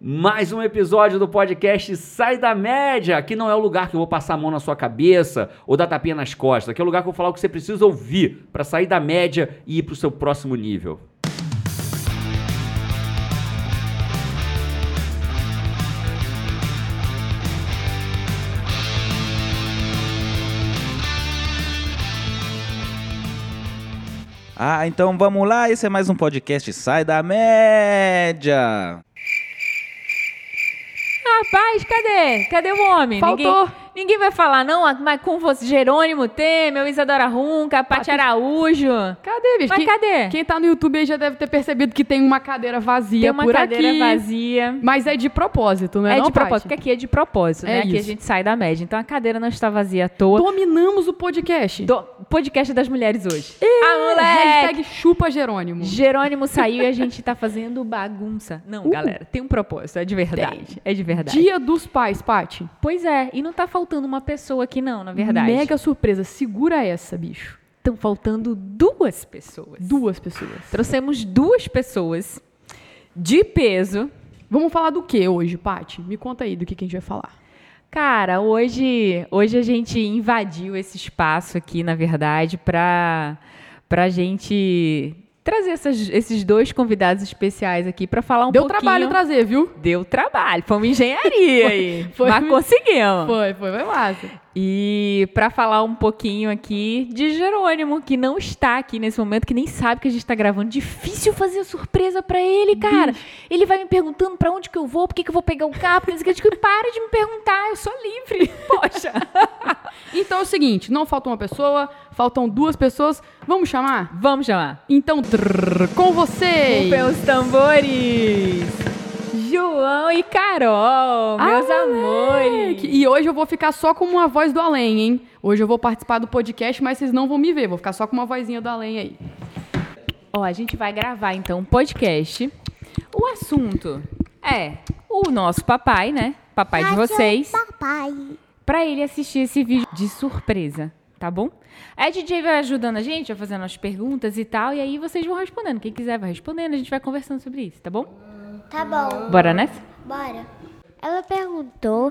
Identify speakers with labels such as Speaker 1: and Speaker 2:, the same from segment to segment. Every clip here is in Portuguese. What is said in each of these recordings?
Speaker 1: Mais um episódio do podcast Sai da Média. Aqui não é o lugar que eu vou passar a mão na sua cabeça ou dar tapinha nas costas. Aqui é o lugar que eu vou falar o que você precisa ouvir para sair da média e ir pro seu próximo nível.
Speaker 2: Ah, então vamos lá, esse é mais um podcast Sai da Média.
Speaker 3: Rapaz, cadê? Cadê o homem?
Speaker 4: Faltou.
Speaker 3: Ninguém, ninguém vai falar, não, ah, mas com você, Jerônimo Temer, Isadora
Speaker 4: Ah,
Speaker 3: Runca, Paty Araújo.
Speaker 4: Cadê, bicho?
Speaker 3: Mas
Speaker 4: quem,
Speaker 3: cadê?
Speaker 4: quem tá no YouTube aí já deve ter percebido que tem uma cadeira vazia
Speaker 3: Tem é uma
Speaker 4: por
Speaker 3: cadeira
Speaker 4: aqui.
Speaker 3: vazia.
Speaker 4: Mas é de propósito, não é?
Speaker 3: É
Speaker 4: não,
Speaker 3: de propósito, porque
Speaker 4: Paty?
Speaker 3: aqui é de propósito,
Speaker 4: É
Speaker 3: né? Aqui a
Speaker 4: isso.
Speaker 3: gente sai da média. Então a cadeira não está vazia à toa.
Speaker 4: Dominamos o podcast.
Speaker 3: Do- podcast das mulheres hoje.
Speaker 4: É,
Speaker 3: ah, moleque!
Speaker 4: Hashtag chupa Jerônimo. Uh.
Speaker 3: Jerônimo saiu e a gente tá fazendo bagunça. Não, galera, tem um propósito, é de verdade. É de verdade.
Speaker 4: Dia dos pais, Paty.
Speaker 3: Pois é, e não tá faltando uma pessoa aqui não, na verdade.
Speaker 4: Mega surpresa. Segura essa, bicho.
Speaker 3: Estão faltando duas pessoas.
Speaker 4: Duas pessoas.
Speaker 3: Trouxemos duas pessoas de peso.
Speaker 4: Vamos falar do que hoje, Paty? Me conta aí do que, que a gente vai falar.
Speaker 3: Cara, hoje, hoje a gente invadiu esse espaço aqui, na verdade, para pra gente trazer essas- esses dois convidados especiais aqui para falar um
Speaker 4: Deu
Speaker 3: pouquinho.
Speaker 4: trabalho trazer, viu?
Speaker 3: Deu trabalho, foi uma engenharia aí,
Speaker 4: foi-
Speaker 3: mas conseguimos.
Speaker 4: Foi, foi, foi massa.
Speaker 3: E para falar um pouquinho aqui de Jerônimo, que não está aqui nesse momento, que nem sabe que a gente tá gravando. Difícil fazer surpresa para ele, cara. Ele vai me perguntando para onde que eu vou, por que que eu vou pegar o carro, porque eu digo, para de me perguntar, eu sou livre. Poxa.
Speaker 4: Então é o seguinte, não falta uma pessoa, faltam duas pessoas. Vamos chamar?
Speaker 3: Vamos chamar.
Speaker 4: Então, trrr, com vocês.
Speaker 3: Meus tambores. João e Carol,
Speaker 4: Ah,
Speaker 3: meus
Speaker 4: Moleque,
Speaker 3: amores.
Speaker 4: E hoje eu vou ficar só com uma voz do além, hein? Hoje eu vou participar do podcast, mas vocês não vão me ver. Vou ficar só com uma vozinha do além aí.
Speaker 3: Ó, a gente vai gravar então um podcast. O assunto é o nosso papai, né? Papai de vocês. Papai. Pra ele assistir esse vídeo de surpresa, tá bom? A DJ vai ajudando a gente, vai fazendo as perguntas e tal, e aí vocês vão respondendo. Quem quiser vai respondendo, a gente vai conversando sobre isso, tá bom?
Speaker 5: Tá bom,
Speaker 3: Bora nessa?
Speaker 5: bora. Ela perguntou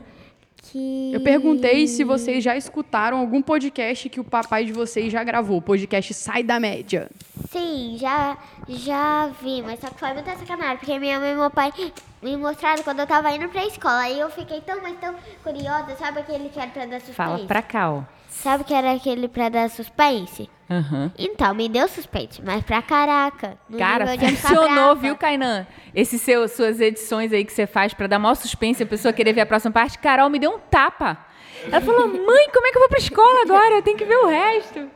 Speaker 5: que.
Speaker 4: Eu perguntei se vocês já escutaram algum podcast que o papai de vocês já gravou. O podcast Sai da Média.
Speaker 5: Sim, já, já vi, mas só que foi muita sacanagem, porque minha mãe e meu pai me mostraram quando eu tava indo pra escola. E eu fiquei tão, mas tão curiosa. Sabe aquele que era pra dar suspense?
Speaker 3: Fala pra cá, ó.
Speaker 5: Sabe que era aquele pra dar suspense?
Speaker 3: Aham.
Speaker 5: Então, me deu suspense, mas pra caraca. no
Speaker 3: Cara,
Speaker 5: nível de um eu ficar
Speaker 3: funcionou,
Speaker 5: brava.
Speaker 3: viu, Kainan? Esses seu, suas edições aí que você faz pra dar maior suspense e a pessoa querer ver a próxima parte. Carol me deu um tapa. Ela falou: mãe, como é que eu vou pra escola agora? Eu tenho que ver o resto.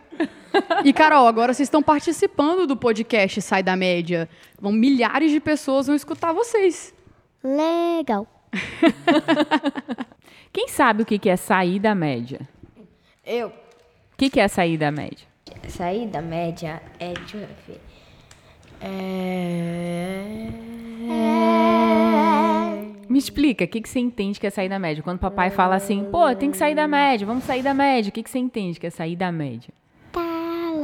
Speaker 4: E, Carol, agora vocês estão participando do podcast Sai da Média. Vão milhares de pessoas vão escutar vocês.
Speaker 5: Legal.
Speaker 3: Quem sabe o que que é sair da média?
Speaker 6: Eu
Speaker 3: O que que é sair da média?
Speaker 6: sair da média é, deixa eu ver. É...
Speaker 3: Me explica, o que, que você entende que é sair da média? Quando o papai fala assim, pô, tem que sair da média, vamos sair da média. O que, que você entende que é sair da média?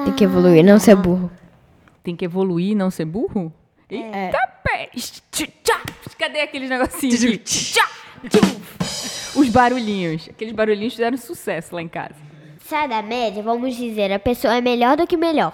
Speaker 6: Tem que evoluir, não ser burro.
Speaker 3: Tem que evoluir e não ser burro? Eita peste! Tchá! Cadê aqueles negocinhos? de tchá, tchum? Os barulhinhos. Aqueles barulhinhos fizeram sucesso lá em casa.
Speaker 5: Sai da média, vamos dizer, a pessoa é melhor do que melhor.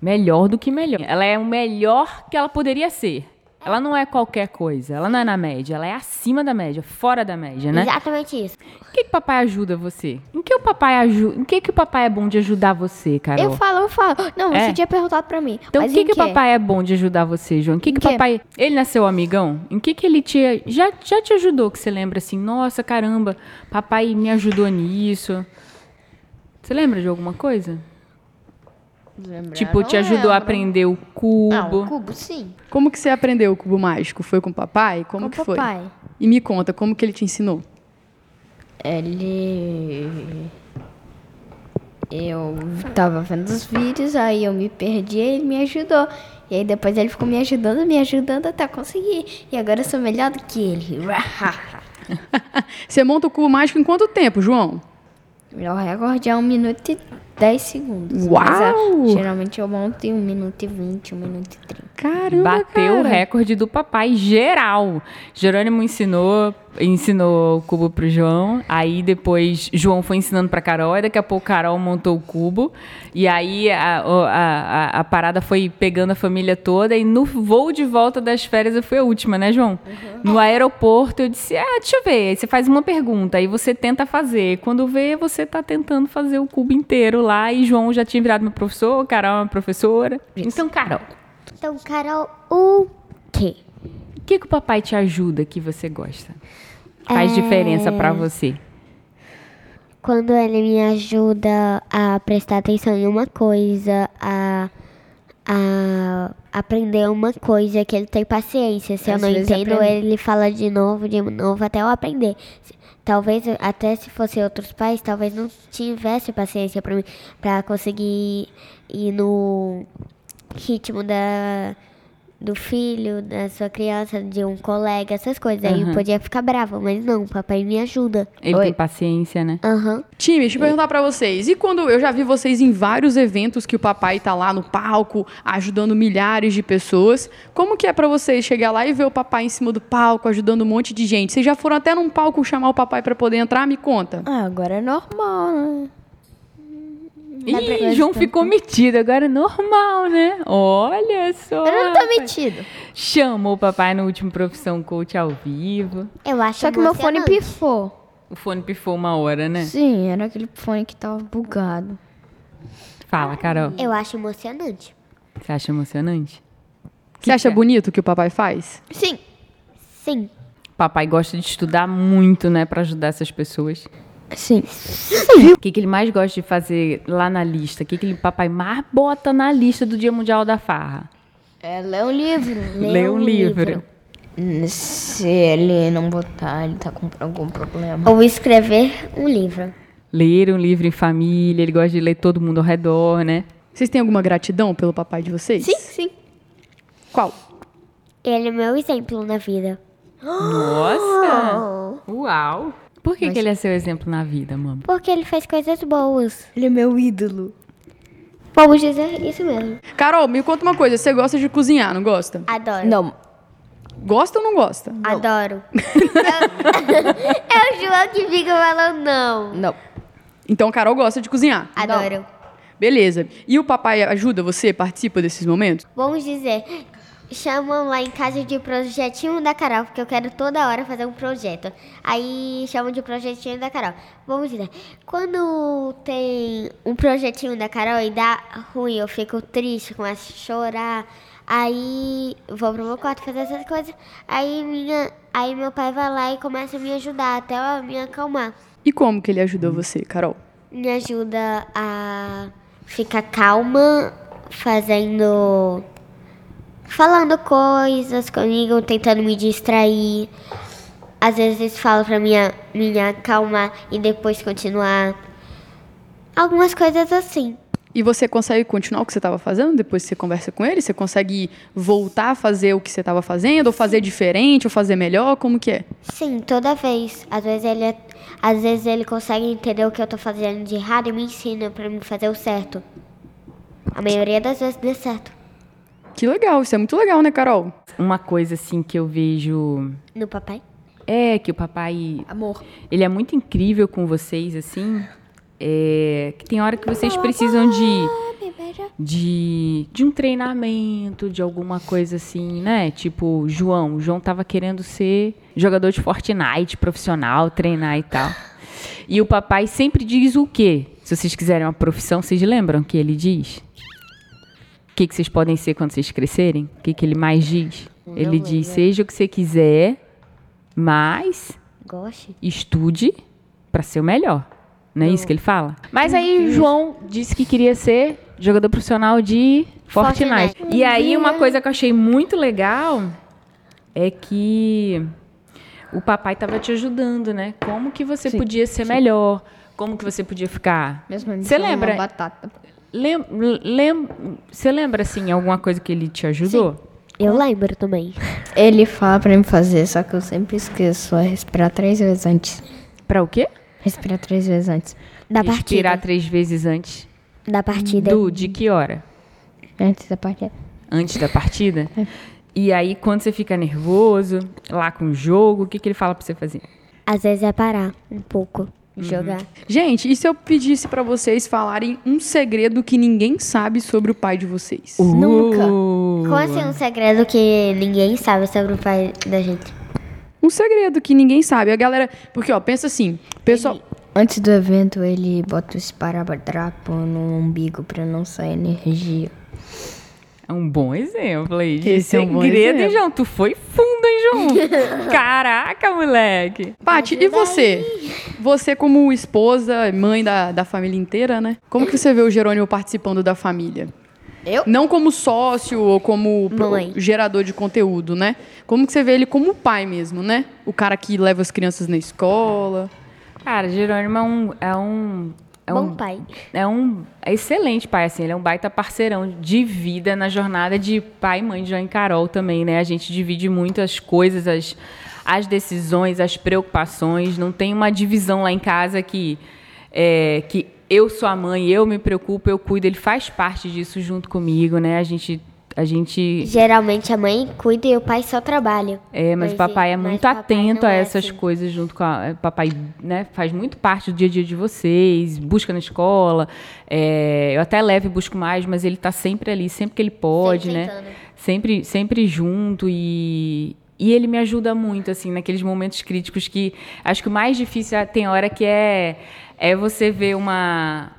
Speaker 3: Melhor do que melhor. Ela é o melhor que ela poderia ser. Ela não é qualquer coisa. Ela não é na média. Ela é acima da média, fora da média, né?
Speaker 5: Exatamente isso.
Speaker 3: O que, que o papai ajuda você? Em que o papai ajuda? Em que, que o papai é bom de ajudar você, Carol?
Speaker 6: Eu falo, eu falo. Não,
Speaker 3: É.
Speaker 6: você tinha perguntado pra mim.
Speaker 3: Então, o
Speaker 6: mas
Speaker 3: que,
Speaker 6: em
Speaker 3: que o papai é bom de ajudar você, João? O que, que o
Speaker 6: quê?
Speaker 3: papai. Ele nasceu amigão? Em que, que ele te, já, já te ajudou? Que você lembra assim, nossa caramba, papai me ajudou nisso. Você lembra de alguma coisa?
Speaker 6: Lembrar,
Speaker 3: tipo,
Speaker 6: não
Speaker 3: te ajudou a
Speaker 6: lembro.
Speaker 3: aprender o cubo.
Speaker 6: Ah, o cubo, sim.
Speaker 4: Como que você aprendeu o cubo mágico? Foi com o papai? Como
Speaker 6: Com
Speaker 4: que
Speaker 6: o
Speaker 4: foi?
Speaker 6: papai.
Speaker 4: E me conta, como que ele te ensinou?
Speaker 6: é, Ele... Eu tava vendo os vídeos, aí eu me perdi e ele me ajudou. E aí depois ele ficou me ajudando, me ajudando até conseguir. E agora eu sou melhor do que ele.
Speaker 4: Você monta o cubo mágico em quanto tempo, João?
Speaker 6: O recorde é 1 minuto e 10 segundos. Mas, ah,
Speaker 4: Uau!
Speaker 6: um geralmente eu monto em 1 minuto e 20, 1 minuto e 30.
Speaker 4: Caramba,
Speaker 3: Bateu o
Speaker 4: cara.
Speaker 3: recorde do papai geral. Jerônimo ensinou, ensinou o cubo pro João, aí depois João foi ensinando pra Carol, e daqui a pouco Carol montou o cubo, e aí a, o- a, a- a parada foi pegando a família toda, e no voo de volta das férias eu fui a última, né, João? No aeroporto eu disse, ah, deixa eu ver, aí você faz uma pergunta, aí você tenta fazer, quando vê, você tá tentando fazer o cubo inteiro lá, e João já tinha virado meu professor, Carol é uma professora. Então, Carol...
Speaker 5: Então, Carol, o quê?
Speaker 3: O que, que o papai te ajuda que você gosta? Faz diferença
Speaker 6: É.
Speaker 3: pra você.
Speaker 5: Quando ele me ajuda a prestar atenção em uma coisa, a, a aprender uma coisa que ele tem paciência. Se
Speaker 6: Às
Speaker 5: eu não
Speaker 6: vezes
Speaker 5: entendo,
Speaker 6: aprende.
Speaker 5: ele fala de novo, de novo, até eu aprender. Se- Talvez, até se fosse outros pais, talvez não tivesse paciência pra mim, pra conseguir ir no ritmo da, do filho, da sua criança, de um colega, essas coisas. Aí eu
Speaker 3: Aham.
Speaker 5: podia ficar brava, mas não, o papai me ajuda.
Speaker 3: Ele
Speaker 6: Oi.
Speaker 3: tem paciência, né?
Speaker 5: Aham.
Speaker 4: Time, deixa eu perguntar pra vocês. E quando eu já vi vocês em vários eventos que o papai tá lá no palco, ajudando milhares de pessoas. Como que é pra vocês chegar lá e ver o papai em cima do palco, ajudando um monte de gente? Vocês já foram até num palco chamar o papai pra poder entrar? Me conta.
Speaker 6: Ah, agora é normal, né? Dá pra-
Speaker 3: Ih, João ficou metido, agora é normal, né? Olha só.
Speaker 6: Eu não tô mentindo.
Speaker 3: Chamou o papai no último Profissão Coach ao vivo.
Speaker 5: Eu acho
Speaker 6: Só que meu fone
Speaker 5: emocionante.
Speaker 6: pifou.
Speaker 3: O fone pifou uma hora,
Speaker 6: É.
Speaker 3: né?
Speaker 6: Sim, era aquele fone que tava bugado.
Speaker 3: Fala, Carol.
Speaker 5: Eu acho emocionante.
Speaker 3: Você acha emocionante?
Speaker 4: Você acha bonito o que é? o papai faz?
Speaker 6: Sim.
Speaker 5: Sim.
Speaker 3: Papai gosta de estudar muito, né? Pra ajudar essas pessoas.
Speaker 6: Sim.
Speaker 3: O que, que ele mais gosta de fazer lá na lista? O que, que ele, papai mais bota na lista do Dia Mundial da Farra?
Speaker 6: É, lê um livro.
Speaker 3: Ler um livro.
Speaker 6: Hum, Se ele não botar, ele tá com algum problema.
Speaker 5: Ou escrever um livro.
Speaker 3: ler um livro em família, ele gosta de ler todo mundo ao redor, né?
Speaker 4: Vocês têm alguma gratidão pelo papai de vocês?
Speaker 6: Sim, sim.
Speaker 4: Qual?
Speaker 5: Ele é meu exemplo na vida.
Speaker 3: Nossa! Uau! Por que, que ele é seu exemplo na vida, mama?
Speaker 5: Porque ele fez coisas boas.
Speaker 6: Ele é meu ídolo.
Speaker 5: Vamos dizer isso mesmo.
Speaker 4: Carol, me conta uma coisa. Você gosta de cozinhar, não gosta?
Speaker 5: Adoro.
Speaker 6: Não,
Speaker 4: Gosta ou não gosta?
Speaker 5: Adoro. é o João que fica falando não.
Speaker 6: não.
Speaker 4: Então, Carol gosta de cozinhar.
Speaker 5: Adoro.
Speaker 4: Beleza. E o papai ajuda você? Participa desses momentos?
Speaker 5: Vamos dizer, chamam lá em casa de projetinho da Carol, porque eu quero toda hora fazer um projeto. Aí chamam de projetinho da Carol. Vamos dizer, quando tem um projetinho da Carol e dá ruim, eu fico triste, começo a chorar. Aí vou pro meu quarto fazer essas coisas. Aí, minha, aí meu pai vai lá e começa a me ajudar, até eu me acalmar.
Speaker 4: E como que ele ajuda você, Carol?
Speaker 5: Me ajuda a ficar calma, fazendo. falando coisas comigo, tentando me distrair. Às vezes fala pra me, a- me acalmar e depois continuar. Algumas coisas assim.
Speaker 4: E você consegue continuar o que você estava fazendo depois que você conversa com ele? Você consegue voltar a fazer o que você estava fazendo? Ou fazer diferente? Ou fazer melhor? Como que é?
Speaker 5: Sim, toda vez. Às vezes ele, é, às vezes ele consegue entender o que eu tô fazendo de errado e me ensina pra me fazer o certo. A maioria das vezes dê certo.
Speaker 4: Que legal. Isso é muito legal, né, Carol?
Speaker 3: Uma coisa assim que eu vejo
Speaker 5: No papai?
Speaker 3: é que o papai
Speaker 6: Amor.
Speaker 3: ele é muito incrível com vocês, assim. é, que tem hora que vocês precisam de, de. de um treinamento, de alguma coisa assim, né? Tipo, João. O João tava querendo ser jogador de Fortnite, profissional, treinar e tal. E o papai sempre diz o quê? Se vocês quiserem uma profissão, vocês lembram o que ele diz? O que, que vocês podem ser quando vocês crescerem? O que, que ele mais diz? ele diz: seja o que você quiser, mas
Speaker 5: Goste.
Speaker 3: estude para ser o melhor. Não é isso que ele fala? Mas aí João disse que queria ser jogador profissional de Fortnite. E aí uma coisa que eu achei muito legal é que o papai estava te ajudando, né? Como que você podia ser melhor? Como que você podia ficar?
Speaker 6: Mesmo ele
Speaker 3: Você
Speaker 6: falando
Speaker 3: lembra?
Speaker 6: uma batata.
Speaker 3: Lem, lem, você lembra assim alguma coisa que ele te ajudou?
Speaker 5: Eu lembro também.
Speaker 6: Ele fala pra mim fazer, só que eu sempre esqueço. É respirar três vezes antes.
Speaker 3: Para o quê?
Speaker 6: Respirar três vezes antes.
Speaker 5: Da
Speaker 3: Respirar
Speaker 5: partida.
Speaker 3: três vezes antes
Speaker 5: Da partida.
Speaker 3: do de que hora?
Speaker 6: Antes da partida.
Speaker 3: antes da partida.
Speaker 4: É.
Speaker 3: E aí, quando você fica nervoso, lá com o jogo, o que, que ele fala pra você fazer?
Speaker 5: Às vezes é parar um pouco,
Speaker 3: Uhum.
Speaker 5: jogar.
Speaker 4: Gente, e se eu pedisse pra vocês falarem um segredo que ninguém sabe sobre o pai de vocês?
Speaker 3: Uh.
Speaker 6: Nunca.
Speaker 5: Como assim um segredo que ninguém sabe sobre o pai da gente?
Speaker 4: Um segredo que ninguém sabe. A galera. Porque, ó, pensa assim, pessoal.
Speaker 6: Antes do evento, ele bota esse esparadrapo no umbigo pra não sair energia.
Speaker 3: É um bom exemplo aí. de
Speaker 4: Esse é um bom
Speaker 3: segredo, hein,
Speaker 4: exemplo.
Speaker 3: João? Tu foi fundo, hein, João? Caraca, moleque.
Speaker 4: Paty, e você? Você, como esposa, mãe da, da família inteira, né? Como que você vê o Jerônimo participando da família?
Speaker 6: Eu?
Speaker 4: Não como sócio ou como pro-
Speaker 5: Mãe.
Speaker 4: gerador de conteúdo, né? Como que você vê ele como pai mesmo, né? O cara que leva as crianças na escola.
Speaker 3: Cara, Jerônimo é um. É um, é um
Speaker 5: Bom pai.
Speaker 3: é um excelente pai, assim, ele é um baita parceirão de vida na jornada de pai e mãe de João e Carol também, né? A gente divide muito as coisas, as, as decisões, as preocupações, não tem uma divisão lá em casa que, é, que eu sou a mãe, eu me preocupo, eu cuido, ele faz parte disso junto comigo, né? A gente... A gente
Speaker 5: Geralmente a mãe cuida e o pai só trabalha.
Speaker 3: é, mas o
Speaker 5: Mas
Speaker 3: papai
Speaker 5: e-
Speaker 3: é
Speaker 5: mas
Speaker 3: muito
Speaker 5: papai
Speaker 3: atento
Speaker 5: não
Speaker 3: a
Speaker 5: é
Speaker 3: essas
Speaker 5: assim.
Speaker 3: coisas junto com a. é, Papai, né, faz muito parte do dia a dia de vocês, busca na escola. é, eu até levo e busco mais, mas ele tá sempre ali, sempre que ele pode,
Speaker 5: Sempre
Speaker 3: né?
Speaker 5: tentando.
Speaker 3: Sempre, sempre junto e. E ele me ajuda muito, assim, naqueles momentos críticos que acho que o mais difícil é- tem hora que é, é você ver uma,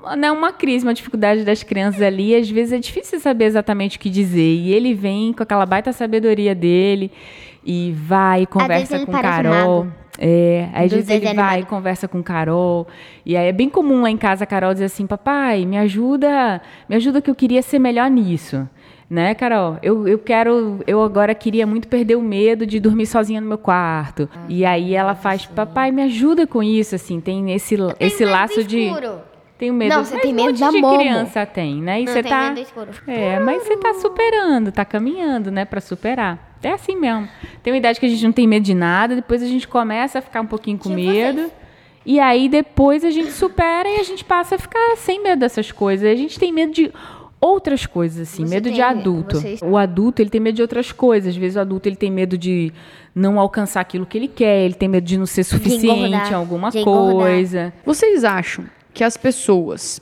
Speaker 3: uma- né, uma crise, uma dificuldade das crianças ali. e Às vezes é difícil saber exatamente o que dizer. E ele vem com aquela baita sabedoria dele e vai, conversa
Speaker 5: ele
Speaker 3: com
Speaker 5: parece um
Speaker 3: Carol.
Speaker 5: mago.
Speaker 3: É, aí às
Speaker 5: Dos
Speaker 3: vezes ele
Speaker 5: desenhos
Speaker 3: vai e
Speaker 5: animados.
Speaker 3: conversa com Carol. E aí é bem comum lá em casa a Carol dizer assim: Papai, me ajuda, me ajuda que eu queria ser melhor nisso. Né, Carol? Eu, eu quero. Eu agora queria muito perder o medo de dormir sozinha no meu quarto.
Speaker 6: Ah,
Speaker 3: e aí ela faz, papai, me ajuda com isso, assim, tem esse, esse laço de. Tenho medo.
Speaker 6: Não, você
Speaker 3: mas
Speaker 6: tem
Speaker 3: um
Speaker 6: medo
Speaker 3: monte
Speaker 6: da
Speaker 3: de
Speaker 6: Momo.
Speaker 3: criança tem, né? E
Speaker 5: Não,
Speaker 3: você
Speaker 5: tem
Speaker 3: tá
Speaker 5: medo escuro.
Speaker 3: É, mas você tá superando, tá caminhando, né, Pra superar. É assim mesmo. Tem uma idade que a gente não tem medo de nada, depois a gente começa a ficar um pouquinho com
Speaker 5: Tipo
Speaker 3: medo. E aí depois a gente supera e a gente passa a ficar sem medo dessas coisas. A gente tem medo de outras coisas assim,
Speaker 6: Você
Speaker 3: medo de
Speaker 6: tem-
Speaker 3: adulto.
Speaker 6: você-
Speaker 3: O adulto, ele tem medo de outras coisas. Às vezes o adulto, ele tem medo de não alcançar aquilo que ele quer, ele tem medo de não ser suficiente em
Speaker 5: engordar,
Speaker 3: alguma
Speaker 5: de engordar.
Speaker 3: coisa.
Speaker 4: Vocês acham que as pessoas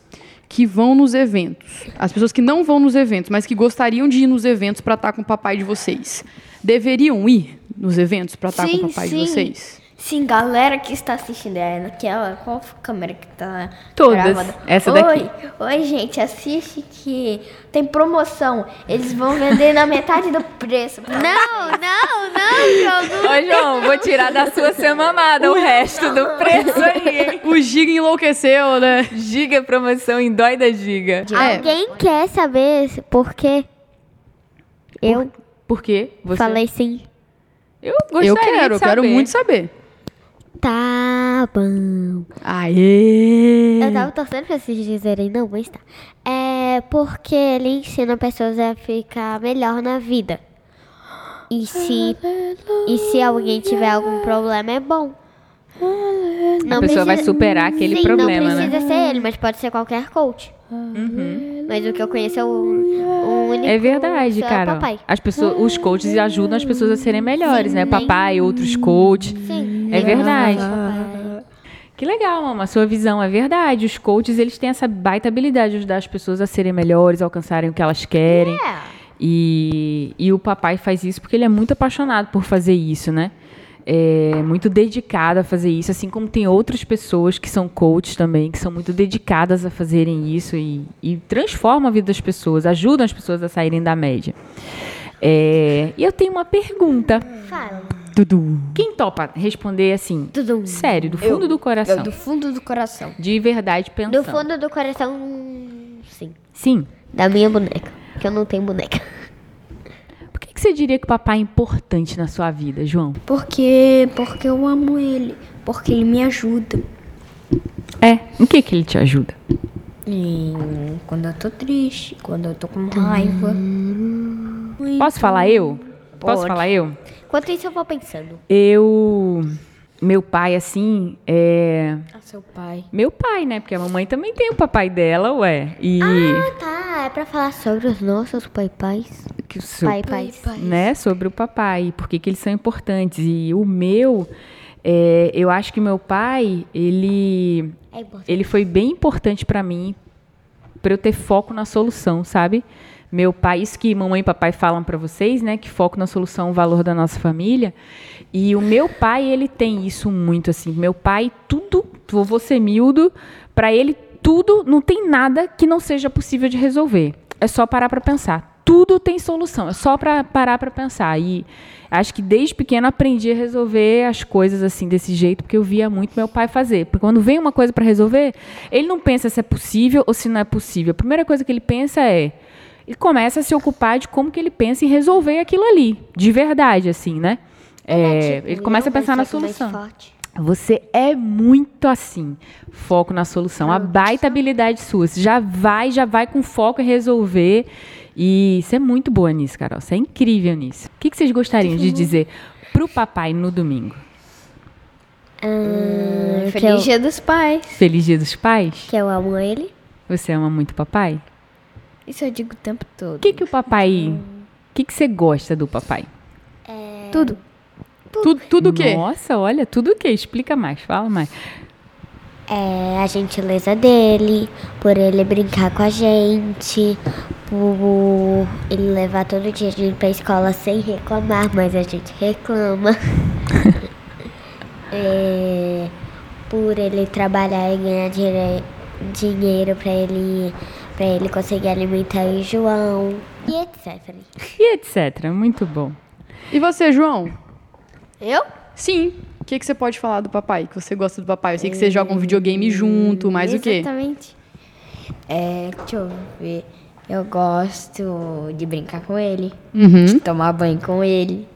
Speaker 4: que vão nos eventos, as pessoas que não vão nos eventos, mas que gostariam de ir nos eventos pra estar com o papai de vocês, deveriam ir nos eventos pra estar
Speaker 6: Sim,
Speaker 4: com o papai
Speaker 6: sim.
Speaker 4: de vocês?
Speaker 6: Sim, galera que está assistindo, é naquela. Qual câmera que tá
Speaker 3: Todas.
Speaker 6: gravada?
Speaker 3: Essa
Speaker 6: oi,
Speaker 3: daqui.
Speaker 6: Oi, gente, assiste que tem promoção. Eles vão vender na metade do preço.
Speaker 5: Não, não, não, Diogo.
Speaker 3: Ô, João, vou tirar da sua ser mamada o resto do preço aí, hein?
Speaker 4: O Giga enlouqueceu, né?
Speaker 3: Giga é promoção em dói da giga.
Speaker 4: É.
Speaker 5: Alguém quer saber se- por quê? Eu
Speaker 3: Por quê? Você...
Speaker 5: falei sim.
Speaker 3: Eu gostaria
Speaker 4: eu quero,
Speaker 3: de
Speaker 4: eu
Speaker 3: saber.
Speaker 4: quero muito saber.
Speaker 5: Tá bom.
Speaker 4: Aê!
Speaker 3: Hum.
Speaker 5: Eu tava torcendo pra vocês dizerem não, mas tá. É porque ele ensina pessoas a ficar melhor na vida. E se, e se alguém tiver algum problema, é bom. Não
Speaker 3: A pessoa vai superar aquele
Speaker 5: Sim,
Speaker 3: problema,
Speaker 5: não
Speaker 3: né?
Speaker 5: precisa ser ele, mas pode ser qualquer coach.
Speaker 3: Uhum.
Speaker 5: Mas o que eu conheço é o, o único...
Speaker 3: É verdade,
Speaker 5: só é o
Speaker 3: cara.
Speaker 5: papai. Ah.
Speaker 3: As pessoas, os coaches ajudam as pessoas a serem melhores, né? Papai, outros coaches.
Speaker 5: Sim.
Speaker 3: É
Speaker 5: Sim.
Speaker 3: verdade.
Speaker 5: Papai.
Speaker 3: Que legal, mama. Sua visão é verdade. Os coaches, eles têm essa baita habilidade de ajudar as pessoas a serem melhores, a alcançarem o que elas querem.
Speaker 5: É,
Speaker 3: E, e o papai faz isso porque ele é muito apaixonado por fazer isso, né? É muito dedicado a fazer isso, assim como tem outras pessoas que são coaches também, que são muito dedicadas a fazerem isso e, e transformam a vida das pessoas, ajudam as pessoas a saírem da média. É, e eu tenho uma pergunta.
Speaker 5: Fala.
Speaker 3: Quem topa responder assim,
Speaker 5: Tudum.
Speaker 3: sério, do fundo do coração,
Speaker 6: Eu, do fundo do coração.
Speaker 3: de verdade pensando?
Speaker 5: Do fundo do coração, sim.
Speaker 3: Sim.
Speaker 5: Da minha boneca. Que eu não tenho boneca.
Speaker 3: Por que, que você diria que o papai é importante na sua vida, João?
Speaker 6: Porque, porque eu amo ele. Porque ele me ajuda.
Speaker 3: É. Em que que ele te ajuda?
Speaker 6: E quando eu tô triste, quando eu tô com raiva.
Speaker 3: Posso falar eu? Posso falar eu?
Speaker 5: Enquanto isso, eu vou pensando.
Speaker 3: Eu. meu pai, assim, é...
Speaker 5: Ah, seu pai.
Speaker 3: Meu pai, né? Porque a mamãe também tem o papai dela, ué. E
Speaker 5: Ah, tá. É pra falar sobre os nossos pai-pais.
Speaker 3: que o seu
Speaker 5: Pai-pais.
Speaker 3: né, sobre o papai, por que que eles são importantes. E o meu, é, eu acho que meu pai, ele,
Speaker 5: É importante.
Speaker 3: ele foi bem importante pra mim, pra eu ter foco na solução, sabe? Meu pai, isso que mamãe e papai falam pra vocês, né, que foco na solução é o valor da nossa família. E o meu pai, ele tem isso muito assim. Meu pai, tudo, vou vou ser miúdo, pra ele tudo, não tem nada que não seja possível de resolver. É só parar pra pensar. Tudo tem solução, é só pra parar pra pensar. E acho que desde pequena aprendi a resolver as coisas assim desse jeito, porque eu via muito meu pai fazer. Porque quando vem uma coisa pra resolver, ele não pensa se é possível ou se não é possível. A primeira coisa que ele pensa é e começa a se ocupar de como que ele pensa em resolver aquilo ali, de verdade assim, né? É,
Speaker 5: Tipo,
Speaker 3: ele começa a
Speaker 5: não,
Speaker 3: pensar na
Speaker 5: só que mais
Speaker 3: solução.
Speaker 5: forte.
Speaker 3: Você é muito assim. Foco na solução. A baita habilidade sua. Você já vai, já vai com foco em resolver. E você é muito boa nisso, Carol. Você é incrível nisso. O que, que vocês gostariam de dizer pro papai no domingo?
Speaker 5: que eu-
Speaker 6: Hum, Feliz dia dos pais.
Speaker 3: Feliz Dia dos Pais?
Speaker 5: Que eu amo ele.
Speaker 3: Você ama muito o papai?
Speaker 6: Isso eu digo o tempo todo.
Speaker 3: O que, que o papai. O que, que você gosta do papai?
Speaker 6: Tudo.
Speaker 4: Tu- tudo o quê?
Speaker 3: Nossa, olha, tudo o quê? Explica mais, fala mais.
Speaker 5: É a gentileza dele, por ele brincar com a gente, por ele levar todo dia a gente pra escola sem reclamar, mas a gente reclama. É, por ele trabalhar e ganhar dire- dinheiro pra ele, pra ele conseguir alimentar o João e etc.
Speaker 3: E etc. Muito bom.
Speaker 4: E você, João?
Speaker 6: Eu?
Speaker 4: Sim. O que, que você pode falar do papai? Que você gosta do papai? Eu sei que vocês jogam videogame junto, mas o quê?
Speaker 6: Exatamente. É, deixa eu ver. Eu gosto de brincar com ele,
Speaker 4: Uhum.
Speaker 6: de tomar banho com ele.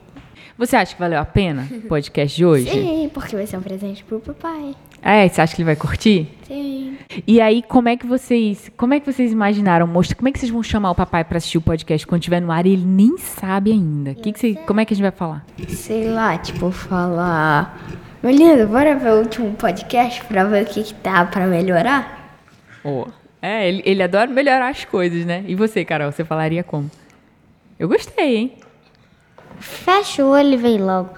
Speaker 3: Você acha que valeu a pena o podcast de hoje?
Speaker 6: Sim, porque vai ser um presente pro papai.
Speaker 3: É, você acha que ele vai curtir?
Speaker 6: Sim.
Speaker 3: E aí, como é que vocês, como é que vocês imaginaram, mostra, como é que vocês vão chamar o papai pra assistir o podcast quando tiver no ar e ele nem sabe ainda? Que que você- como é que a gente vai falar?
Speaker 6: Sei lá, tipo, falar. Meu lindo, bora ver o último podcast pra ver o que, que tá pra melhorar?
Speaker 3: É, ele, ele adora melhorar as coisas, né? E você, Carol, você falaria como? Eu gostei, hein?
Speaker 5: Fecha o olho e vem logo.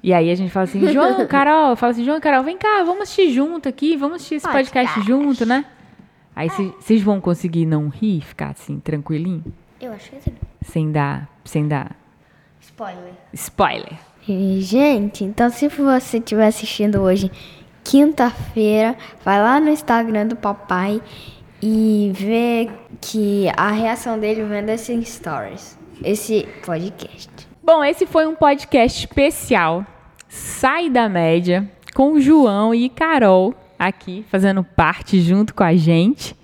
Speaker 3: E aí a gente fala assim, João, Carol, fala assim, João, Carol, vem cá, vamos assistir junto aqui, vamos assistir esse podcast, junto, né? Aí vocês- vocês vão conseguir não rir, ficar assim, tranquilinho,
Speaker 5: Eu acho que assim.
Speaker 3: sem dar, sem dar
Speaker 5: Spoiler.
Speaker 3: spoiler.
Speaker 6: E, gente, então se você estiver assistindo hoje, quinta-feira, vai lá no Instagram do papai e vê que a reação dele vendo esses stories, esse podcast.
Speaker 3: Bom, esse foi um podcast especial, Sai da Média, com o João e Carol aqui fazendo parte junto com a gente,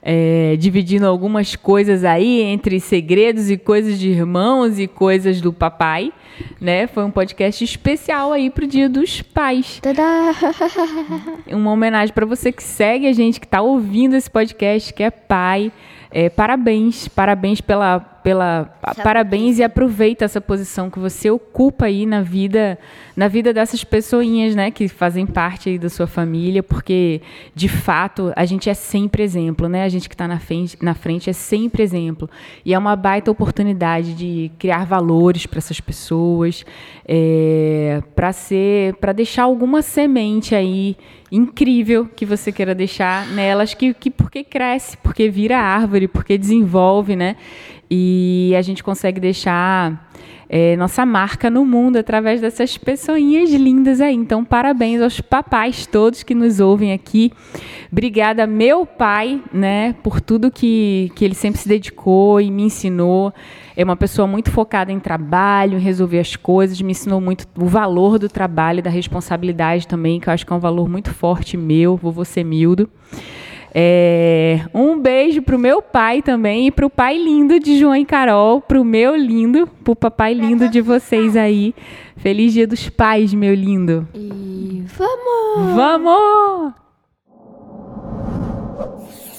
Speaker 3: é, dividindo algumas coisas aí entre segredos e coisas de irmãos e coisas do papai, né? Foi um podcast especial aí pro Dia dos Pais.
Speaker 6: Tadá!
Speaker 3: uma homenagem para você que segue a gente, que está ouvindo esse podcast, que é pai. É, parabéns, parabéns pela, pela parabéns e aproveita essa posição que você ocupa aí na vida, na vida dessas pessoinhas, né, que fazem parte aí da sua família, porque de fato a gente é sempre exemplo, né? A gente que está na frente, na frente é sempre exemplo e é uma baita oportunidade de criar valores para essas pessoas, para ser, para deixar alguma semente aí incrível que você queira deixar nelas, que, que porque cresce, porque vira árvore, porque desenvolve, né? E a gente consegue deixar é, nossa marca no mundo através dessas pessoinhas lindas aí. Então, parabéns aos papais todos que nos ouvem aqui. Obrigada, meu pai, né, por tudo que, que ele sempre se dedicou e me ensinou. É uma pessoa muito focada em trabalho, em resolver as coisas, me ensinou muito o valor do trabalho, da responsabilidade também, que eu acho que é um valor muito forte meu, vovô Semildo. É, um beijo pro meu pai também e pro pai lindo de João e Carol, pro meu lindo, pro papai lindo de vocês aí. Feliz Dia dos Pais, meu lindo. E vamos! Vamos!